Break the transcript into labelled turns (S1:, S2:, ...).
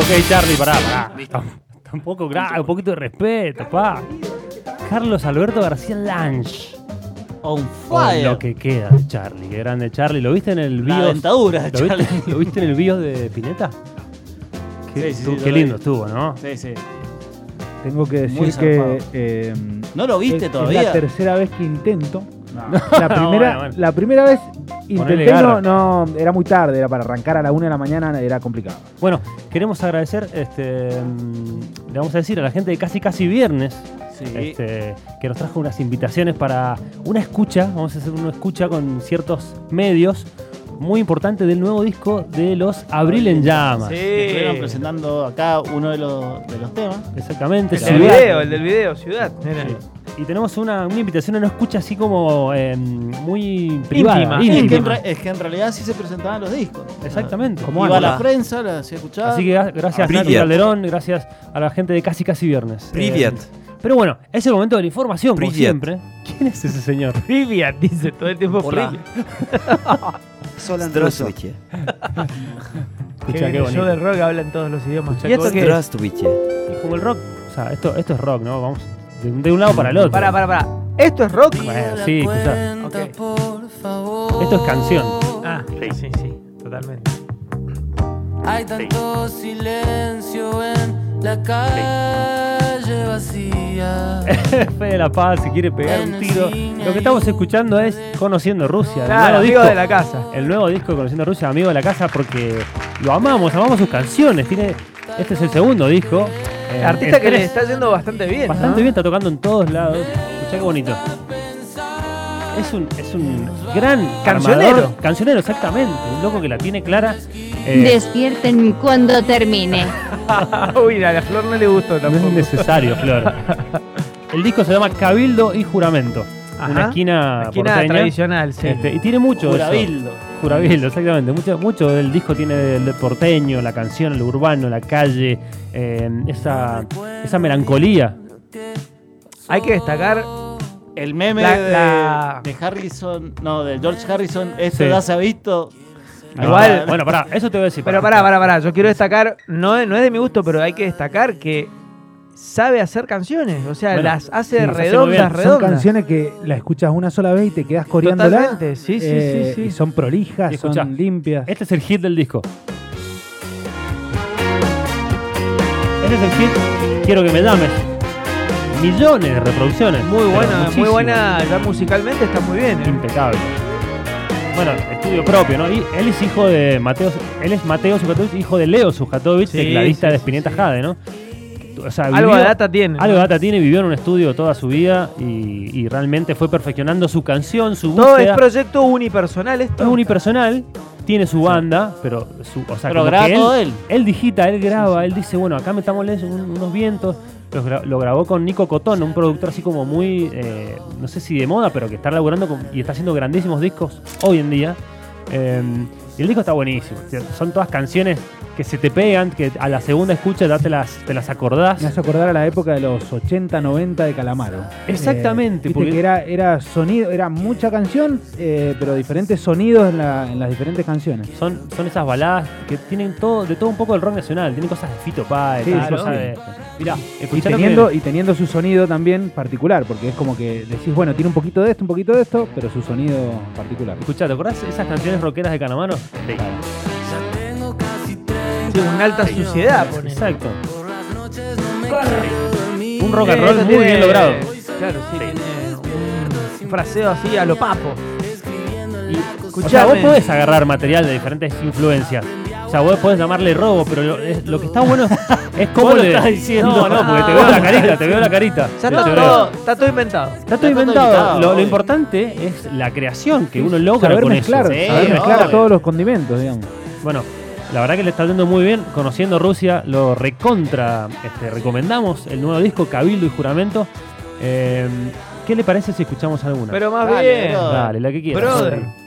S1: Ok, Charlie, pará, pará. Tam- Tampoco, gra- un poquito de respeto, pa. Carlos Alberto García Lange.
S2: On
S1: Con
S2: fire.
S1: lo que queda de Charlie. Qué grande Charlie. ¿Lo viste en el
S2: La
S1: bio?
S2: dentadura de
S1: ¿Lo viste,
S2: Charlie.
S1: ¿Lo viste en el bio de Pineta? Qué,
S2: Sí, sí,
S1: estu-
S2: sí, lo
S1: qué
S2: vi.
S1: lindo estuvo, ¿no?
S2: Sí, sí.
S3: Tengo que
S2: Muy
S3: decir que.
S2: zarpado.
S3: eh,
S2: ¿No lo
S3: es-
S2: viste
S3: es
S2: todavía?
S3: la tercera vez que intento.
S2: No.
S3: La primera,
S1: bueno, bueno.
S3: La primera vez intenté,
S1: garra.
S3: no, no, era muy tarde, era para arrancar a la una de la mañana, era complicado.
S1: Bueno, queremos agradecer, este, mm, le vamos a decir a la gente de Casi Casi Viernes,
S2: Sí.
S1: este, que nos trajo unas invitaciones para una escucha, vamos a hacer una escucha con ciertos medios, muy importante del nuevo disco de los Abril en Llamas.
S2: Sí. Estuvieron presentando acá uno de los, de los temas.
S1: Exactamente.
S4: El
S1: la
S4: del
S1: verdad.
S4: video, el del video, ciudad. Era.
S1: Sí. Y tenemos una, una invitación a una escucha así como eh, muy privada.
S4: Íntima.
S2: Es que, en
S4: Íntima.
S2: re- es que en realidad sí se presentaban los discos.
S1: Exactamente.
S2: Como Iba la prensa, la hacía escuchar.
S1: Así que gra- gracias a
S5: Priviat.
S1: Nacho Calderón, gracias a la gente de Casi Casi Viernes.
S5: Priviat.
S1: Eh, pero bueno, es el momento de la información, como
S5: Priviat.
S1: siempre. ¿Quién es ese señor?
S4: Trivia, dice todo el tiempo
S5: Hola.
S4: Trivia.
S6: Solan Russo.
S5: Здравствуйте.
S1: Escucha,
S4: Que
S1: qué
S4: en el
S1: bonito.
S4: show de rock hablan todos los idiomas.
S1: ¿Y esto qué?
S5: Здравствуйте.
S1: Y como el rock, o sea, esto, esto es rock, ¿no? Vamos de, de un lado para el otro.
S4: Para, para, para. ¿Esto es rock?
S1: Bueno, sí, escuchá.
S4: Ok.
S7: Por favor.
S1: Esto es canción.
S4: Ah, sí, sí, sí, totalmente.
S7: Hay tanto silencio en la calle vacía.
S1: Fede La Paz, si quiere pegar un tiro. Lo que estamos escuchando es Conociendo Rusia. el
S4: Claro,
S1: nuevo
S4: amigo
S1: disco.
S4: de la casa.
S1: el nuevo disco de Conociendo Rusia, amigo de la casa, porque lo amamos, amamos sus canciones. Tiene, este es el segundo disco. Eh,
S4: Artista
S1: en
S4: que le
S1: tres-
S4: está yendo bastante bien. ¿no?
S1: Bastante bien, está tocando en todos lados. Escuchá qué bonito. Es un, es un gran
S4: Cancionero.
S1: armador- cancionero, exactamente. Un loco que la tiene clara. Eh,
S8: Despierten cuando termine.
S4: Ah, Uy, a la flor no le gustó
S1: no es
S4: tampoco.
S1: necesario, Flor. El disco se llama Cabildo y Juramento.
S4: Ajá.
S1: Una esquina,
S4: Esquina
S1: porteña.
S4: tradicional, sí.
S1: Este, y tiene mucho. eso.
S2: Jurabildo.
S1: Jurabildo, exactamente. Mucho, mucho del disco tiene del del porteño, la canción, el urbano, la calle, eh, esa, esa melancolía.
S4: Hay que destacar
S2: El meme
S4: La-
S2: de,
S4: la-
S2: de Harrison, no, de George Harrison, esto
S1: Sí.
S2: ya se ha visto.
S4: Igual-
S1: No, bueno, pará, eso te voy a decir.
S4: Pero pará, pará, pará. Yo quiero destacar, no, es- no es de mi gusto, pero hay que destacar que sabe hacer canciones. O sea,
S1: Bueno,
S4: las hace
S1: sí, las hace muy bien.
S4: redondas,
S1: Son
S3: Son
S4: redondas.
S3: canciones que la escuchas una sola vez y te quedas coreándola.
S4: Totalmente, sí, sí,
S3: eh,
S4: sí,
S3: Y
S4: sí.
S3: son prolijas,
S1: Y escuchá.
S3: son limpias.
S1: Este es el hit del disco. Este es el hit Quiero que me llames. Millones de reproducciones.
S4: Muy
S1: pero
S4: buena, muy
S1: muchísimas.
S4: buena. Ya musicalmente está muy bien. ¿eh?
S1: Impecable. Bueno, estudio propio, ¿no? Y él es hijo de Mateo, él es Mateo Sujatovic, hijo de Leo Sujatovic,
S4: Sí,
S1: tecladista
S4: sí,
S1: de
S4: sí,
S1: Spinetta
S4: sí.
S1: Jade, ¿no? O sea,
S4: Algo
S1: vivió-
S4: de data tiene.
S1: Algo de data tiene, vivió en un estudio toda su vida y, y realmente fue perfeccionando su canción, su
S4: Todo es
S1: búsqueda.
S4: proyecto unipersonal esto.
S1: es unipersonal, tiene su banda, pero su, o sea,
S2: Pero
S1: como
S2: graba
S1: que
S2: todo
S1: él,
S2: él.
S1: él digita, él graba, él dice, bueno, acá metámosle un- unos vientos. Los gra- lo grabó con Nico Cotón, un productor así como muy, eh, no sé si de moda, pero que está laburando con- y está haciendo grandísimos discos hoy en día. Eh, y el disco está buenísimo. o sea, Son todas canciones que se te pegan, que a la segunda escucha ya te las, te las acordás.
S3: Me hace acordar a la época de los 80, 90 de Calamaro.
S1: Exactamente,
S3: Eh, viste
S1: porque-
S3: que era, era sonido, era mucha canción, eh, pero diferentes sonidos en, la- en las diferentes canciones.
S1: Son, son esas baladas que tienen todo, de todo un poco del rock nacional. Tienen cosas de Fito Páez,
S3: Sí,
S1: tienen
S3: sí,
S1: cosas
S3: sí.
S1: de... Mirá,
S3: Y
S1: escuchá eh, lo que-
S3: teniendo, y teniendo su sonido también particular, porque es como que decís, bueno, tiene un poquito de esto, un poquito de esto, pero su sonido particular.
S1: Escuchá, ¿te acordás esas canciones rockeras de Canamano?
S4: Sí, una alta suciedad, pone.
S1: Exacto. Un rock and
S4: Sí,
S1: roll
S4: esto
S1: muy bien
S4: tiene-
S1: logrado.
S4: Claro, sí, tiene un- un fraseo así a lo papo.
S1: O sea, vos
S4: Escuchame.
S1: podés agarrar material de diferentes influencias. O sea, vos podés llamarle robo, pero lo, es- lo que está bueno es cómo
S2: Vos lo
S1: le...
S2: estás diciendo.
S1: No, no, porque te
S4: Ah.
S1: veo la carita, te veo la carita.
S4: Ya
S1: Te
S4: está
S1: veo.
S4: todo, está todo inventado.
S1: Está todo
S2: Está todo
S1: inventado.
S2: inventado,
S1: Lo, lo
S2: obvio.
S1: importante es la creación que uno logra
S3: saber
S1: con
S3: mezclar,
S1: eso.
S2: Sí,
S3: saber mezclar
S2: obvio.
S3: todos los condimentos, digamos.
S1: Bueno, la verdad que le está yendo muy bien. Conociendo Rusia, lo recontra. este, recomendamos el nuevo disco Cabildo y Juramento. Eh, ¿Qué le parece si escuchamos alguna?
S4: Pero más
S2: Dale,
S4: bien.
S2: bro.
S1: Dale, la que quieras.
S4: Brother.